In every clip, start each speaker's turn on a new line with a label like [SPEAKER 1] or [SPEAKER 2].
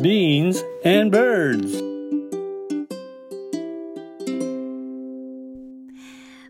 [SPEAKER 1] Beans and birds.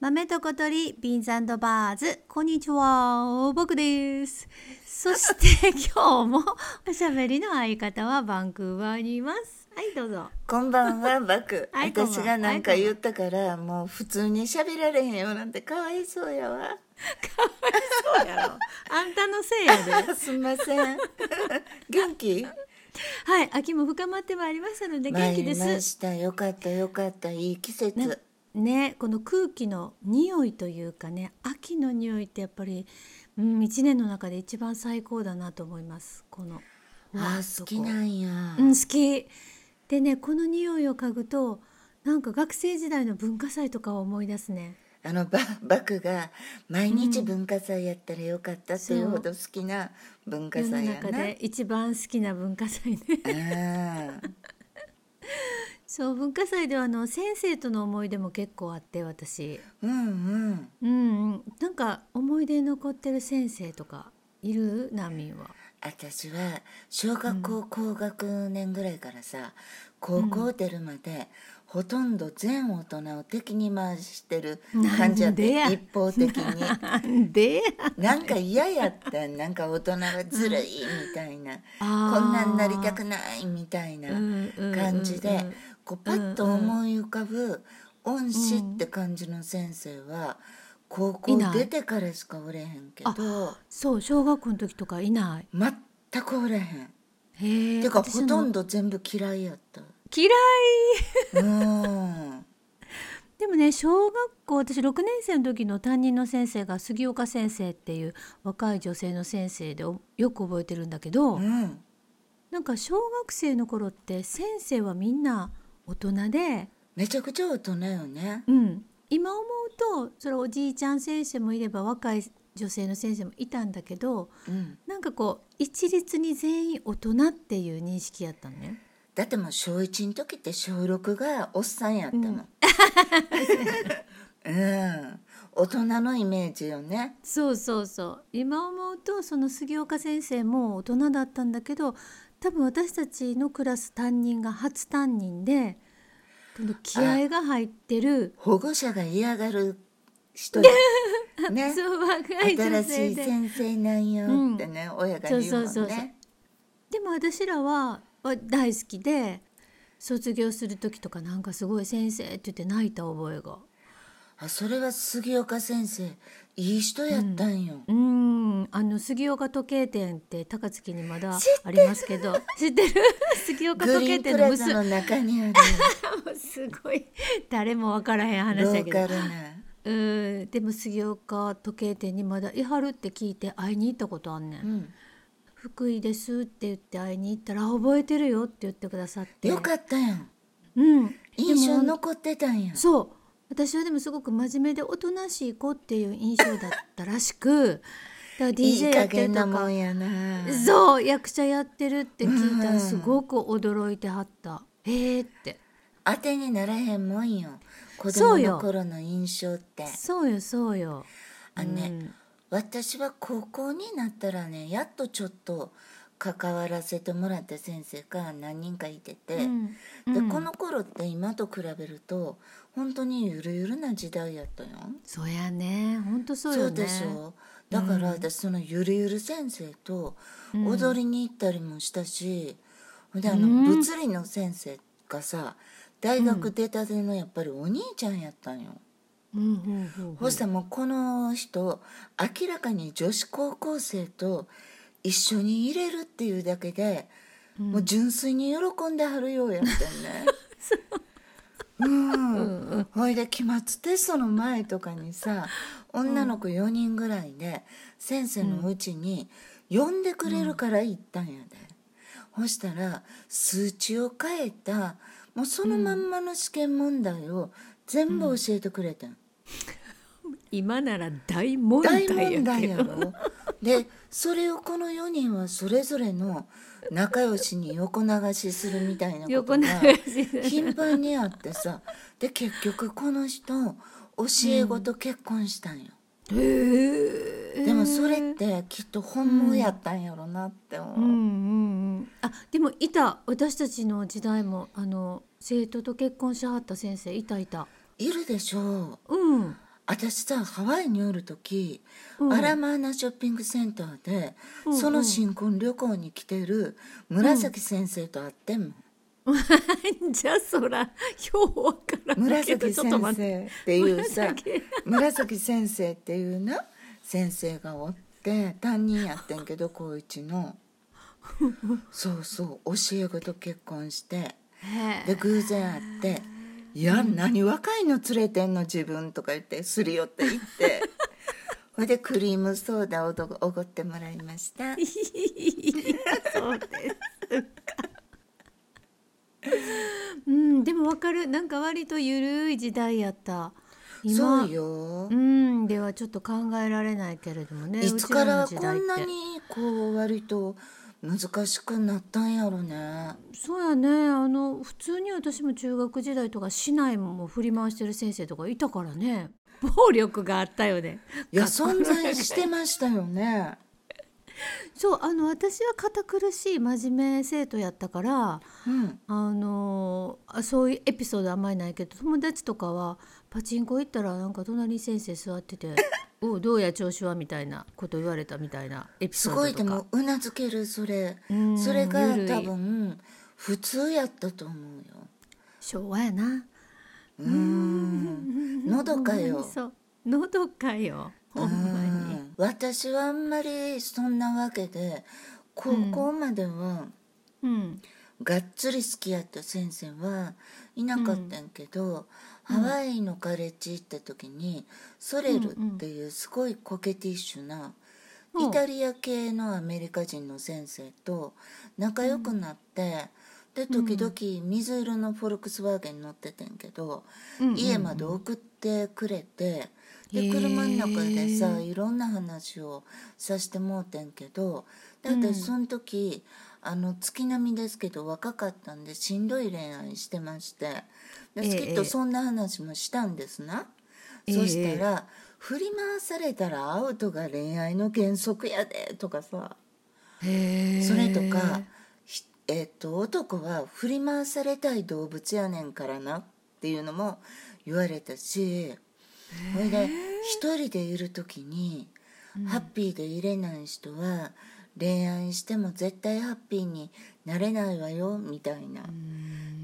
[SPEAKER 2] 豆と小鳥ビーンズバーズこんにちは僕ですそして 今日もおしゃべりの相方はバンクーバーにいますはいどうぞ。
[SPEAKER 3] こんばんは、バク
[SPEAKER 2] はいこんばん
[SPEAKER 3] 私
[SPEAKER 2] は
[SPEAKER 3] がなんか言ったから、もう普通に喋られへんよなんてかわいそうやわ。
[SPEAKER 2] そうやろあんたのせいやで
[SPEAKER 3] すんません。元気
[SPEAKER 2] はい秋も深まってまいりましたので元
[SPEAKER 3] 参
[SPEAKER 2] 気で
[SPEAKER 3] りますした。よかった、よかった。いい季節。
[SPEAKER 2] ねこの空気の匂いというかね秋の匂いってやっぱりうん一年の中で一番最高だなと思いますこの
[SPEAKER 3] あ
[SPEAKER 2] わ
[SPEAKER 3] ー、
[SPEAKER 2] ど
[SPEAKER 3] 好
[SPEAKER 2] こ
[SPEAKER 3] きなんや。
[SPEAKER 2] うん、好きでねこの匂いを嗅ぐとなんか学生時代の文化祭とかを思い出すね
[SPEAKER 3] あの、ババクが毎日文化祭やったらよかったっていうほど好きな文化
[SPEAKER 2] 世の
[SPEAKER 3] 祭や
[SPEAKER 2] 中
[SPEAKER 3] な。
[SPEAKER 2] で一番好きな文化祭ね
[SPEAKER 3] あー
[SPEAKER 2] そう文化祭ではあの先生との思い出も結構あって私
[SPEAKER 3] うんうん。
[SPEAKER 2] うんうんなんか思い出に残ってる先生とかいる難民は
[SPEAKER 3] 私は小学校高学年ぐらいからさ、高校出るまでほとんど全大人を敵に回してる感じやっ
[SPEAKER 2] なんでや
[SPEAKER 3] て一方的に
[SPEAKER 2] なんでや
[SPEAKER 3] なんか嫌やったんなんか大人はずるいみたいなこ
[SPEAKER 2] あー
[SPEAKER 3] んなんなりたくないみたいな
[SPEAKER 2] うんうんうん
[SPEAKER 3] 感じでこうパッと思い浮かぶ恩師って感じの先生は高
[SPEAKER 2] い
[SPEAKER 3] 校
[SPEAKER 2] ない
[SPEAKER 3] 出てからしかおれへんけど
[SPEAKER 2] そう小学校の時とかいない
[SPEAKER 3] 全くおれへん。
[SPEAKER 2] へえ
[SPEAKER 3] てかほとん
[SPEAKER 2] ど
[SPEAKER 3] ど全部嫌いやった
[SPEAKER 2] 嫌い
[SPEAKER 3] うん
[SPEAKER 2] でもね小学校私6年生の時の担任の先生が杉岡先生っていう若い女性の先生でおよく覚えてるんだけど、
[SPEAKER 3] うん
[SPEAKER 2] なんか小学生の頃って先生はみんな大人で、
[SPEAKER 3] めちゃくちゃ大人よね
[SPEAKER 2] うん、今思うとそれおじいちゃん先生もいれば若い女性の先生もいたんだけど
[SPEAKER 3] うん
[SPEAKER 2] なんかこう一律に全員大人っていう認識やったのね。
[SPEAKER 3] だってもう小1の時って小6がおっさんやったもん、うん大人のイメージよね
[SPEAKER 2] そうそうそう今思うとその杉岡先生も大人だったんだけど多分私たちのクラス担任が初担任でこの気合が入ってる
[SPEAKER 3] 保護者が嫌がる人やね
[SPEAKER 2] そう若い女
[SPEAKER 3] 新し
[SPEAKER 2] 性
[SPEAKER 3] い
[SPEAKER 2] で
[SPEAKER 3] 先生なんよってね、親が言
[SPEAKER 2] そ
[SPEAKER 3] うもんね
[SPEAKER 2] うそうそうそうでも私らはわ大好きで卒業する時とかなんかすごい「先生」って言って泣いた覚えが
[SPEAKER 3] あそれは杉岡先生いい人やったんよ、
[SPEAKER 2] うーんあの杉岡時計店って高槻にまだ
[SPEAKER 3] 知って
[SPEAKER 2] ありますけど知ってる 杉岡
[SPEAKER 3] グ
[SPEAKER 2] 時
[SPEAKER 3] リー
[SPEAKER 2] 計
[SPEAKER 3] ン
[SPEAKER 2] 店の
[SPEAKER 3] プラザ
[SPEAKER 2] 娘
[SPEAKER 3] の中にある
[SPEAKER 2] もうすごい誰も分からへん
[SPEAKER 3] ロ
[SPEAKER 2] 話だ
[SPEAKER 3] ー
[SPEAKER 2] けど
[SPEAKER 3] カルな
[SPEAKER 2] うんでも杉岡時計店にまだいはるって聞いて会いに行ったことあんねん、
[SPEAKER 3] うん
[SPEAKER 2] 福井ですって言って会いに行ったらあ覚えてるよって言ってくださって
[SPEAKER 3] よかったやん
[SPEAKER 2] うん
[SPEAKER 3] 印象残ってたんや
[SPEAKER 2] そう私はでもすごく真面目でおとなしい子っていう印象だったらしくだから DJ
[SPEAKER 3] いい
[SPEAKER 2] や
[SPEAKER 3] 加
[SPEAKER 2] って
[SPEAKER 3] 減
[SPEAKER 2] ると
[SPEAKER 3] なも
[SPEAKER 2] か
[SPEAKER 3] んやな
[SPEAKER 2] そう役者やってるって聞いたら
[SPEAKER 3] うん
[SPEAKER 2] すごく驚いてはった、えーって
[SPEAKER 3] 当てにならへんもんよ子
[SPEAKER 2] そう
[SPEAKER 3] 供
[SPEAKER 2] よ
[SPEAKER 3] の頃の印象って
[SPEAKER 2] そうよそうよ
[SPEAKER 3] あのね、
[SPEAKER 2] うん
[SPEAKER 3] 私は高校になったらねやっとちょっと関わらせてもらった先生が何人かいてて、
[SPEAKER 2] うん
[SPEAKER 3] で
[SPEAKER 2] うん
[SPEAKER 3] この頃って今と比べると本当にゆるゆるな時代やったよ
[SPEAKER 2] そうやね本当そうよね
[SPEAKER 3] でしょだから私そのゆるゆる先生と踊りに行ったりもしたし、であの
[SPEAKER 2] うん
[SPEAKER 3] 物理の先生がさ大学出たてのやっぱりお兄ちゃんやったんよ、
[SPEAKER 2] うんうんうんうん
[SPEAKER 3] ほしたらもうこの人明らかに女子高校生と一緒に入れるっていうだけで、もう純粋に喜んではるようやったよ ねうん、ほいで期末テストの前とかにさ女の子4人ぐらいで先生のうちに呼んでくれるから行ったんやで、ほしたら数値を変えたもうそのまんまの試験問題を全部教えてくれたん、
[SPEAKER 2] 今なら大問題
[SPEAKER 3] 大
[SPEAKER 2] やけど
[SPEAKER 3] 問題やろでそれをこの4人はそれぞれの仲良しに横流しするみたいなこ
[SPEAKER 2] 横
[SPEAKER 3] と
[SPEAKER 2] 流
[SPEAKER 3] が
[SPEAKER 2] しで
[SPEAKER 3] 頻繁にあってさで結局この人教え子と結婚したんよ、
[SPEAKER 2] へえ
[SPEAKER 3] でもそれってきっと本物やったんやろなって思う、
[SPEAKER 2] うんうんうんあでもいた私たちの時代もあの生徒と結婚しはった先生いたいた
[SPEAKER 3] いるでしょう
[SPEAKER 2] うん
[SPEAKER 3] 私さハワイにおる時、
[SPEAKER 2] うん
[SPEAKER 3] アラマーナショッピングセンターで、
[SPEAKER 2] うん
[SPEAKER 3] その新婚旅行に来てる紫先生と会ってんもん、
[SPEAKER 2] じゃあそらようわからんけど
[SPEAKER 3] 紫
[SPEAKER 2] ちょっと
[SPEAKER 3] 先
[SPEAKER 2] 待って
[SPEAKER 3] 生っていうさ
[SPEAKER 2] 紫
[SPEAKER 3] 紫先生っていうな先生がおって担任やってんけど高一のそうそう教え子と結婚して
[SPEAKER 2] へ
[SPEAKER 3] で偶然会って「いや何若いの連れてんの自分」とか言ってすり寄って行って ほいでクリームソーダをおごおごってもらいました
[SPEAKER 2] えそうですか うんでもわかるなんか割とゆるい時代やった今
[SPEAKER 3] そうよ
[SPEAKER 2] うんではちょっと考えられないけれどもね
[SPEAKER 3] いつから
[SPEAKER 2] うち
[SPEAKER 3] こ
[SPEAKER 2] らの
[SPEAKER 3] ん
[SPEAKER 2] 時
[SPEAKER 3] な
[SPEAKER 2] 代って
[SPEAKER 3] にこう割と難しくなったんやろね
[SPEAKER 2] そうやねあの普通に私も中学時代とか市内も振り回してる先生とかいたからね暴力があったよね
[SPEAKER 3] いや
[SPEAKER 2] かっこ
[SPEAKER 3] 存在してましたよ ね
[SPEAKER 2] そうあの私は堅苦しい真面目生徒やったから
[SPEAKER 3] うん
[SPEAKER 2] あのあそういうエピソードあんまりないけど友達とかはパチンコ行ったらなんか隣に先生座って て「おうどうや調子は」みたいなこと言われたみたいなエピ
[SPEAKER 3] す
[SPEAKER 2] ソードと
[SPEAKER 3] ご
[SPEAKER 2] か
[SPEAKER 3] いでもうなずけるそれ
[SPEAKER 2] うん
[SPEAKER 3] それが
[SPEAKER 2] ゆるい
[SPEAKER 3] 多分普通やったと思うよ
[SPEAKER 2] 昭和やな
[SPEAKER 3] うーんのどか
[SPEAKER 2] ほんま
[SPEAKER 3] よ
[SPEAKER 2] にそうのどかよ ほんまに
[SPEAKER 3] うん私はあんまりそんなわけで高校までは
[SPEAKER 2] うん
[SPEAKER 3] がっつり好きやった先生はいなかったんやけど、ハワイのカレッジ行った時にソレルっていうすごいコケティッシュな
[SPEAKER 2] うん
[SPEAKER 3] イタリア系のアメリカ人の先生と仲良くなって、で時々水色のフォルクスワーゲン乗っててんけど、
[SPEAKER 2] うんうん
[SPEAKER 3] 家まで送ってくれて、
[SPEAKER 2] へ
[SPEAKER 3] で
[SPEAKER 2] ー
[SPEAKER 3] 車の中でさいろんな話をさしてもうてんけどだってその時、あの月並みですけど若かったんでしんどい恋愛してましてで
[SPEAKER 2] ええ
[SPEAKER 3] きっとそんな話もしたんですな、
[SPEAKER 2] ええ
[SPEAKER 3] そしたら、振り回されたらアウトが恋愛の原則やで」とかさ
[SPEAKER 2] へー
[SPEAKER 3] それとかひえっと男は振り回されたい動物やねんからなっていうのも言われたしそれで一人でいる時にハッピーでいれない人は恋愛しても絶対ハッピーになれないわよみたいな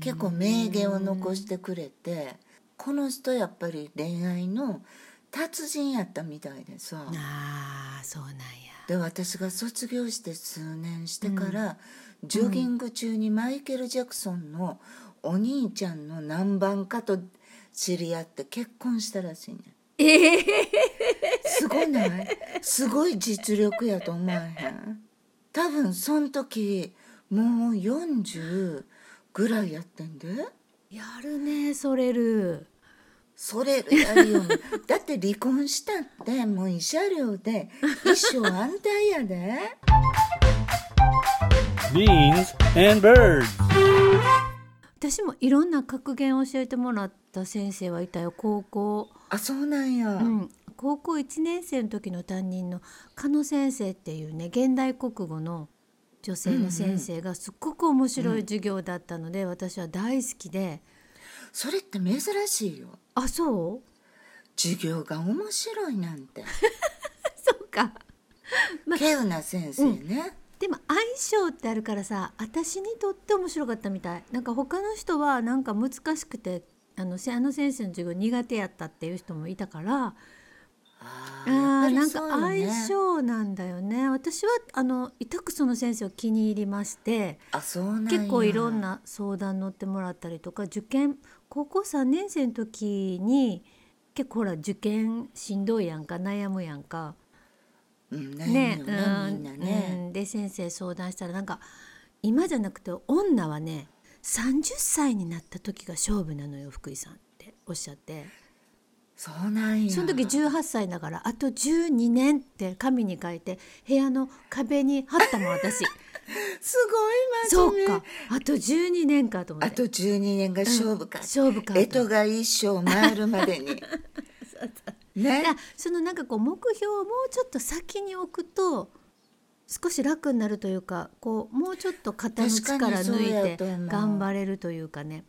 [SPEAKER 3] 結構名言を残してくれてこの人やっぱり恋愛の達人やったみたいでさ。
[SPEAKER 2] あーそうなんや
[SPEAKER 3] で私が卒業して数年してから、ジョギング中にマイケル・ジャクソンのお兄ちゃんの何番かと知り合って結婚したらしいねん
[SPEAKER 2] え
[SPEAKER 3] すごないすごい実力やと思わへん多分その時もう40ぐらいやってんで
[SPEAKER 2] やるねそれる
[SPEAKER 3] それやるよねだって離婚したってもう慰謝料で一生安泰やで
[SPEAKER 1] Beans and birds.
[SPEAKER 2] 私もいろんな格言を教えてもらった先生はいたよ高校、
[SPEAKER 3] あそうなんや、
[SPEAKER 2] うん、高校1年生の時の担任の加野先生っていうね現代国語の女性の先生がすっごく面白い授業だったので、私は大好きで
[SPEAKER 3] それって珍しいよ
[SPEAKER 2] あそう
[SPEAKER 3] 授業が面白いなんて
[SPEAKER 2] そうか
[SPEAKER 3] 稀有な先生ね、
[SPEAKER 2] でも相性ってあるからさ私にとって面白かったみたいなんか他の人はなんか難しくてあのせあの先生の授業苦手やったっていう人もいたから
[SPEAKER 3] あ
[SPEAKER 2] あ
[SPEAKER 3] あ
[SPEAKER 2] ー
[SPEAKER 3] や
[SPEAKER 2] な
[SPEAKER 3] っ
[SPEAKER 2] ん
[SPEAKER 3] ぱ
[SPEAKER 2] か
[SPEAKER 3] りそう
[SPEAKER 2] 相性
[SPEAKER 3] よね
[SPEAKER 2] なんだよね私はあの痛くその先生を気に入りまして
[SPEAKER 3] あそうなんや
[SPEAKER 2] 結構いろんな相談乗ってもらったりとか受験高校3年生の時に結構ほら受験しんどいやんか悩むやんか。
[SPEAKER 3] うん悩む
[SPEAKER 2] ねう
[SPEAKER 3] よねみ
[SPEAKER 2] ん
[SPEAKER 3] んなね、
[SPEAKER 2] うんで先生相談したらなんか今じゃなくて女はね30歳になった時が勝負なのよ福井さんっておっしゃって
[SPEAKER 3] そうなんや
[SPEAKER 2] その時18歳だからあと12年って紙に書いて部屋の壁に貼ったもん 私
[SPEAKER 3] すご
[SPEAKER 2] そ
[SPEAKER 3] い真面
[SPEAKER 2] う
[SPEAKER 3] 目
[SPEAKER 2] かあと12年かと思
[SPEAKER 3] あ
[SPEAKER 2] って
[SPEAKER 3] と12年が勝負か、
[SPEAKER 2] 勝負か
[SPEAKER 3] 干支が一生回るまでにね
[SPEAKER 2] だからそのなんかこう目標をもうちょっと先に置くと少し楽になるというかこうもうちょっと肩の
[SPEAKER 3] 確か
[SPEAKER 2] 力
[SPEAKER 3] にそう
[SPEAKER 2] 抜
[SPEAKER 3] や
[SPEAKER 2] い
[SPEAKER 3] と
[SPEAKER 2] て
[SPEAKER 3] 思う
[SPEAKER 2] 頑張れるというかね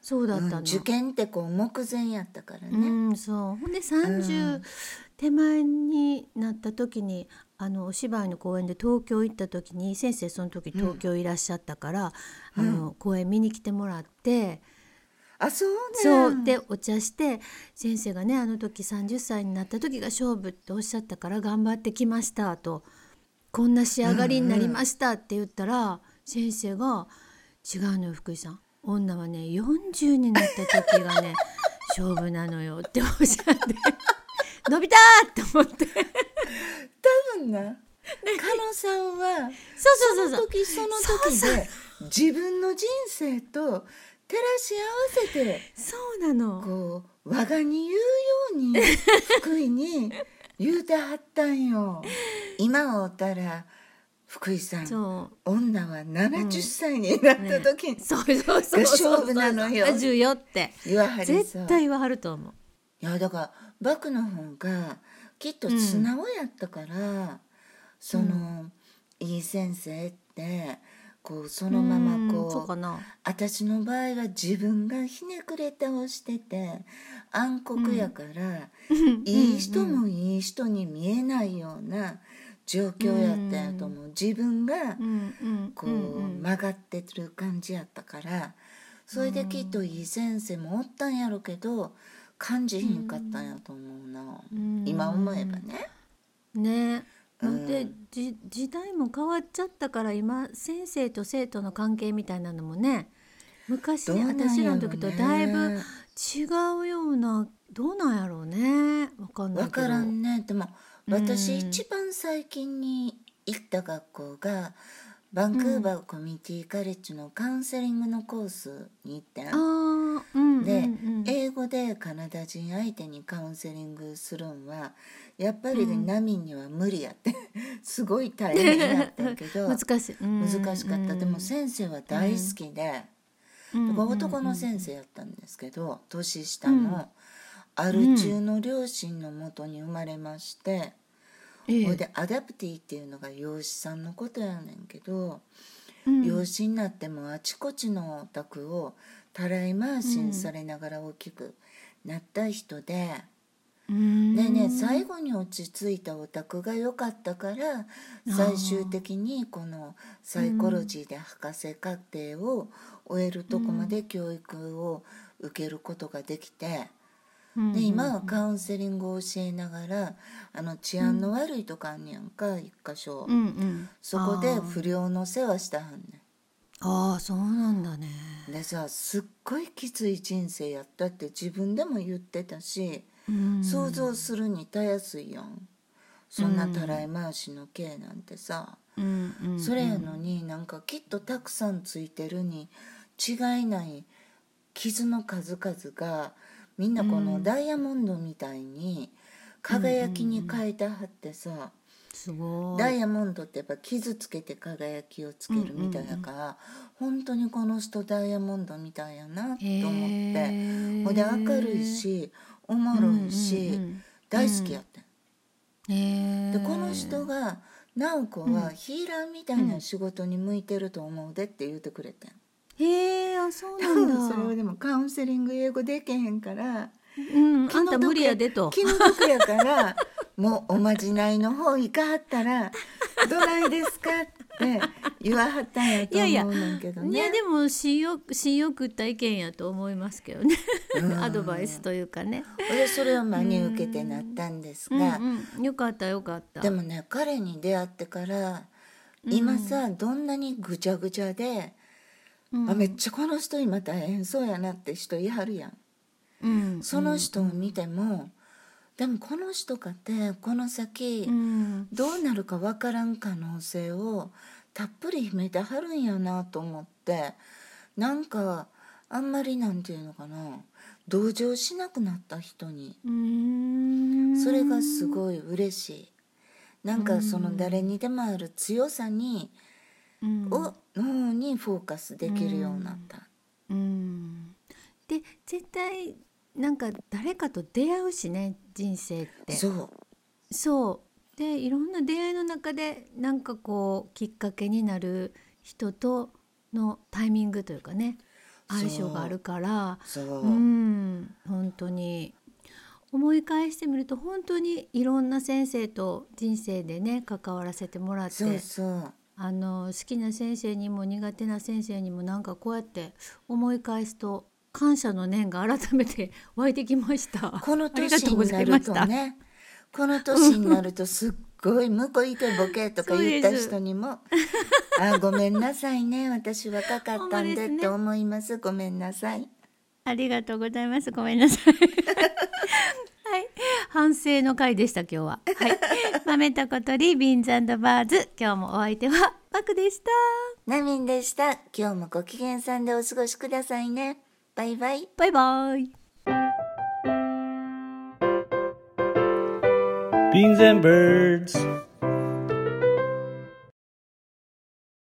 [SPEAKER 2] そうだったの、
[SPEAKER 3] うん受験ってこう目前やったからね、
[SPEAKER 2] うん、そうほんで30手前になった時に、あのお芝居の公演で東京行った時に先生その時東京いらっしゃったから、あの公演見に来てもらって、
[SPEAKER 3] あそうね
[SPEAKER 2] そうでお茶して先生がねあの時30歳になった時が勝負っておっしゃったから頑張ってきましたとこんな仕上がりになりましたって言ったら、先生が「違うのよ福井さん女はね40になった時がね勝負なのよ」っておっしゃって「伸びた!」って思ってそう
[SPEAKER 3] 多 分な、カノさんは
[SPEAKER 2] そう
[SPEAKER 3] そ
[SPEAKER 2] そう
[SPEAKER 3] の
[SPEAKER 2] そう
[SPEAKER 3] 時その時で自分の人生と照らし合わせて
[SPEAKER 2] そうなの
[SPEAKER 3] こう我がに言うように福井に言うてはったん よ今をったら福井さん
[SPEAKER 2] そう。
[SPEAKER 3] 女は70歳になっ
[SPEAKER 2] ね
[SPEAKER 3] た時に
[SPEAKER 2] そうそうそうそう
[SPEAKER 3] 勝負なのよ
[SPEAKER 2] 70よって
[SPEAKER 3] 言わはりそう、
[SPEAKER 2] 絶対言わはると思う
[SPEAKER 3] いやだからバクの方がきっと素直やったから、その、いい先生ってこうそのままこ
[SPEAKER 2] うん
[SPEAKER 3] う
[SPEAKER 2] そうかな
[SPEAKER 3] 私の場合は自分がひねくれ倒してて暗黒やから、いい人もいい人に見えないような状況やったんやと思う、自分が
[SPEAKER 2] うんうん
[SPEAKER 3] こう、曲がってる感じやったからそれできっといい先生もおったんやろけど感じひんかったんやと思うな、
[SPEAKER 2] ん
[SPEAKER 3] 今思えばね。
[SPEAKER 2] ねえ、
[SPEAKER 3] うん
[SPEAKER 2] でじ時代も変わっちゃったから今先生と生徒の関係みたいなのもね昔
[SPEAKER 3] どう
[SPEAKER 2] ね
[SPEAKER 3] なんやろね
[SPEAKER 2] 私らの時とだいぶ違うようなどうなんやろうねわかんない
[SPEAKER 3] わ
[SPEAKER 2] けど
[SPEAKER 3] からんねでも私
[SPEAKER 2] うん
[SPEAKER 3] 一番最近に行った学校がバンクーバーコミュニティカレッジのカウンセリングのコースに行って
[SPEAKER 2] あ
[SPEAKER 3] ん、
[SPEAKER 2] ーうん
[SPEAKER 3] で、
[SPEAKER 2] うんうん、
[SPEAKER 3] 英語でカナダ人相手にカウンセリングするんはやっぱりね波には無理やって すごい大変やったんやけど
[SPEAKER 2] 難しい、うん
[SPEAKER 3] 難しかった、でも先生は大好きで。
[SPEAKER 2] うん
[SPEAKER 3] だから男の先生やったんですけど年下のアル中の両親のもとに生まれまして、
[SPEAKER 2] ええ
[SPEAKER 3] ほいでアダプティっていうのが養子さんのことやねんけど、
[SPEAKER 2] うん
[SPEAKER 3] 養子になってもあちこちのお宅をたらい回しにされながら大きくなった人で。
[SPEAKER 2] うん
[SPEAKER 3] でね最後に落ち着いたオタクが良かったから最終的にこのサイコロジーで博士課程を終えるとこまで教育を受けることができて、
[SPEAKER 2] うん
[SPEAKER 3] で今はカウンセリングを教えながらあの治安の悪いとこあんねやんか一箇所、
[SPEAKER 2] うんうん
[SPEAKER 3] そこで不良の世話したはんねん。
[SPEAKER 2] ああそうなんだね
[SPEAKER 3] でさすっごいきつい人生やったって自分でも言ってたし、
[SPEAKER 2] うん
[SPEAKER 3] 想像するにたやすいやんそんなたらい回しの刑なんてさ、
[SPEAKER 2] うんうん
[SPEAKER 3] それやのになんかきっとたくさんついてるに違いない傷の数々がみんなこのダイヤモンドみたいに輝きに変えてはってさ、
[SPEAKER 2] すごい
[SPEAKER 3] ダイヤモンドってやっぱ傷つけて輝きをつけるみたいだから、本当にこの人ダイヤモンドみたいやなと思っ
[SPEAKER 2] へ
[SPEAKER 3] て
[SPEAKER 2] ー
[SPEAKER 3] ほんで明るいしおもろいし、
[SPEAKER 2] うんうんうん
[SPEAKER 3] 大好きやってん、
[SPEAKER 2] へー
[SPEAKER 3] でこの人が「直子はヒーラーみたいな仕事に向いてると思うで」って言うてくれてん、
[SPEAKER 2] へえあそうな
[SPEAKER 3] 多
[SPEAKER 2] んだ
[SPEAKER 3] 分それはでもカウンセリング英語でけへんから
[SPEAKER 2] うんあんた無理やでと
[SPEAKER 3] 気の毒やからもうおまじないの方行かはったら「どないですか?」って言わはったんやと
[SPEAKER 2] いやいや
[SPEAKER 3] 思うねんけど
[SPEAKER 2] い
[SPEAKER 3] ね
[SPEAKER 2] やでも信用信用食った意見やと思いますけどね アドバイスというかね
[SPEAKER 3] 俺それを真に受けてなったんです
[SPEAKER 2] うん
[SPEAKER 3] が、
[SPEAKER 2] うんよかったよかった
[SPEAKER 3] でもね彼に出会ってから今さ、どんなにぐちゃぐちゃで、あめっちゃこの人今大変そうやなって人いはるやん
[SPEAKER 2] うん
[SPEAKER 3] その人を見ても、でもこの人かってこの先、
[SPEAKER 2] うん
[SPEAKER 3] どうなるかわからん可能性をたっぷり秘めてはるんやなと思ってなんかあんまりなんていうのかな同情しなくなった人に
[SPEAKER 2] うーん
[SPEAKER 3] それがすごい嬉しいなんかその誰にでもある強さに、
[SPEAKER 2] うん
[SPEAKER 3] をの方にフォーカスできるようになった、
[SPEAKER 2] うんで絶対なんか誰かと出会うしね人生って
[SPEAKER 3] そう
[SPEAKER 2] そうでいろんな出会いの中でなんかこうきっかけになる人とのタイミングというかね相性があるから
[SPEAKER 3] そう、
[SPEAKER 2] うん本当に思い返してみると本当にいろんな先生と人生でね関わらせてもらって
[SPEAKER 3] そうそう
[SPEAKER 2] あの好きな先生にも苦手な先生にもなんかこうやって思い返すと感謝の念が改めて湧いてきました。
[SPEAKER 3] この
[SPEAKER 2] ありが
[SPEAKER 3] 年
[SPEAKER 2] とうご
[SPEAKER 3] に
[SPEAKER 2] ざ
[SPEAKER 3] ない
[SPEAKER 2] ま
[SPEAKER 3] る
[SPEAKER 2] し
[SPEAKER 3] と
[SPEAKER 2] た。
[SPEAKER 3] ねこの年になるとすっごい「向こういてボケ」とか言った
[SPEAKER 2] そうです
[SPEAKER 3] 人にも「あごめんなさいね私若かったん
[SPEAKER 2] ほんまです
[SPEAKER 3] で」
[SPEAKER 2] ね
[SPEAKER 3] って思いますごめんなさい
[SPEAKER 2] ありがとうございます。ごめんなさい。はい、反省の回でした。今日は。はい、豆と小鳥ビーンズバーズ。今日もお相手はバクでした。
[SPEAKER 3] ナミンでした今日もご機嫌さんでお過ごしくださいねバイバイ
[SPEAKER 2] バイバイ。
[SPEAKER 1] Beans and birds.